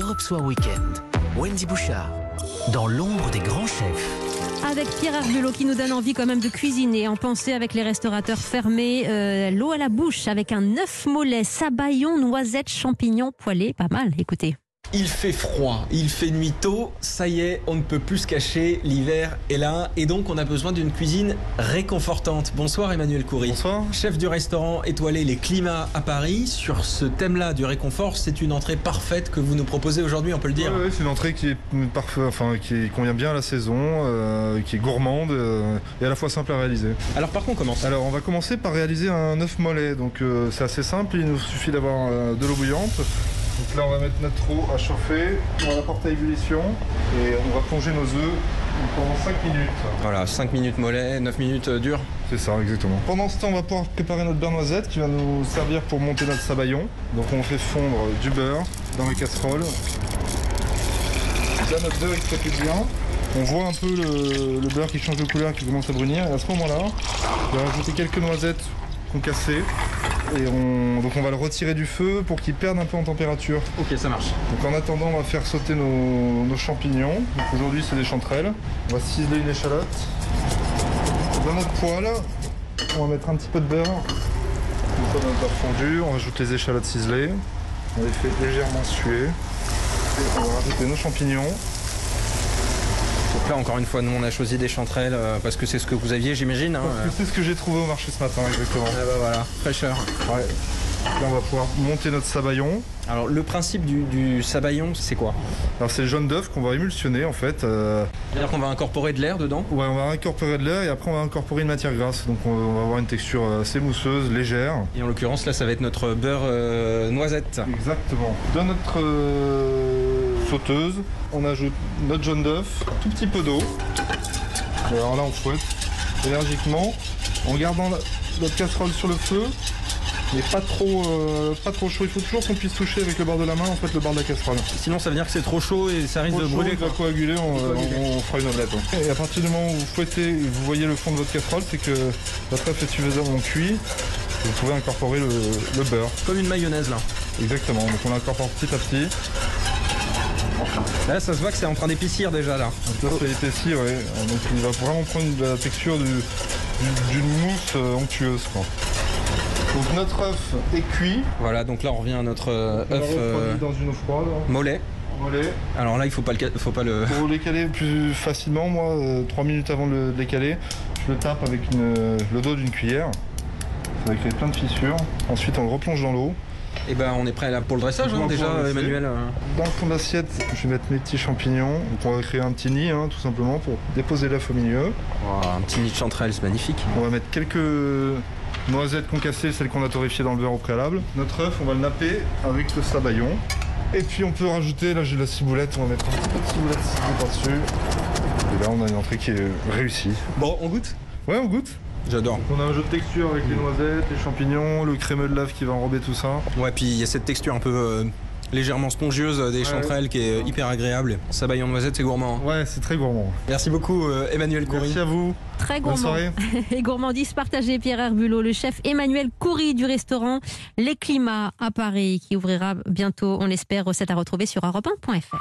Europe Soir Weekend. Wendy Bouchard, dans l'ombre des grands chefs. Avec Pierre Arbulot qui nous donne envie quand même de cuisiner, en pensée avec les restaurateurs fermés, euh, l'eau à la bouche avec un œuf mollet, sabayon, noisette, champignons, poêlés, pas mal, écoutez. Il fait froid, il fait nuit tôt, ça y est, on ne peut plus se cacher, l'hiver est là, et donc on a besoin d'une cuisine réconfortante. Bonsoir Emmanuel Coury. Bonsoir. Chef du restaurant étoilé Les Climats à Paris, sur ce thème-là du réconfort, c'est une entrée parfaite que vous nous proposez aujourd'hui, on peut le dire. Ouais, ouais, c'est une entrée qui est parfait, enfin qui est- convient bien à la saison, euh, qui est gourmande euh, et à la fois simple à réaliser. Alors par contre, commence. Alors on va commencer par réaliser un œuf mollet, donc euh, c'est assez simple, il nous suffit d'avoir euh, de l'eau bouillante. Donc là on va mettre notre eau à chauffer, on va la porter à ébullition et on va plonger nos œufs pendant 5 minutes. Voilà, 5 minutes mollet, 9 minutes euh, dur. C'est ça exactement. Pendant ce temps on va pouvoir préparer notre beurre noisette qui va nous servir pour monter notre sabayon. Donc on fait fondre du beurre dans les casseroles. Là notre beurre il crépite bien. On voit un peu le, le beurre qui change de couleur, qui commence à brunir. Et à ce moment-là, on va rajouter quelques noisettes concassées. Et on, donc on va le retirer du feu pour qu'il perde un peu en température. Ok, ça marche. Donc en attendant, on va faire sauter nos, nos champignons. Donc aujourd'hui, c'est des chanterelles. On va ciseler une échalote. Dans notre poêle, on va mettre un petit peu de beurre. Une fois notre beurre fondu, on rajoute les échalotes ciselées. On les fait légèrement suer. Et on va rajouter nos champignons. Donc là, encore une fois, nous on a choisi des chanterelles euh, parce que c'est ce que vous aviez, j'imagine. hein, Parce que c'est ce que j'ai trouvé au marché ce matin, exactement. euh. Ah bah voilà, fraîcheur. Ouais. Là, on va pouvoir monter notre sabayon. Alors le principe du, du sabayon, c'est quoi Alors, c'est le jaune d'œuf qu'on va émulsionner en fait. Euh, C'est-à-dire qu'on va incorporer de l'air dedans Ouais, on va incorporer de l'air et après on va incorporer une matière grasse. Donc on on va avoir une texture euh, assez mousseuse, légère. Et en l'occurrence, là, ça va être notre beurre euh, noisette. Exactement. Dans notre euh, sauteuse, on ajoute notre jaune d'œuf, tout petit peu d'eau. Et Alors là, on fouette énergiquement en gardant la- notre casserole sur le feu, mais pas trop, euh, pas trop chaud. Il faut toujours qu'on puisse toucher avec le bord de la main, en fait, le bord de la casserole. Sinon, ça veut dire que c'est trop chaud et ça risque Trop de chaud, brûler. il va quoi. coaguler, on, Il va coaguler. on- on fera une omelette. hein. Et à partir du moment où vous fouettez et que vous voyez le fond de votre casserole, c'est que votre œuf est suffisamment cuit. Vous pouvez incorporer le, le beurre. Comme une mayonnaise là. Exactement. Donc on l'incorpore petit à petit. Là, ça se voit que c'est en train d'épicir déjà là. Donc là c'est épaissi, ouais. Donc il va vraiment prendre de la texture du- du- d'une mousse euh, onctueuse. quoi. Donc notre œuf est cuit. Voilà, donc là, on revient à notre euh, On l'a œuf euh, refroidi Bah, dans une eau froide. mollet. Relais. Alors là, il faut pas le, ca- faut pas le. Pour les caler plus facilement, moi, 3 minutes avant de le- de les caler, je le tape avec une, euh, le dos d'une cuillère. Ça va créer plein de fissures. Ensuite, on le replonge dans l'eau. Et ben, on est prêt là pour le dressage On hein, va déjà, pouvoir le laisser. Emmanuel. euh. Dans le fond de l'assiette, je vais mettre mes petits champignons. Donc, on va créer un petit nid, hein, tout simplement, pour déposer l'œuf au milieu. Ouah, un petit nid de chanterelle, c'est magnifique. On va mettre quelques noisettes concassées, celles qu'on a torréfiées dans le beurre au préalable. Notre œuf, on va le napper avec le sabayon. Et puis on peut rajouter, là j'ai de la ciboulette, on va mettre un petit peu de ciboulette ciselée par-dessus. Et là on a une entrée qui est réussie. Bon, on goûte Ouais, on goûte J'adore. On a un jeu de texture avec les noisettes, les champignons, le crémeux de lave qui va enrober tout ça. Ouais, puis il y a cette texture un peu euh, légèrement spongieuse euh, des chanterelles qui est hyper agréable. Sabayon de noisette, c'est gourmand. hein. Ouais, c'est très gourmand. Merci beaucoup, euh, Emmanuel Coury. Merci à vous. Très Bonne gourmand. soirée. Et gourmandise partagée, Pierre Herbulot, le chef Emmanuel Coury du restaurant Les Climats à Paris, qui ouvrira bientôt, on l'espère, recette à retrouver sur europe1.fr.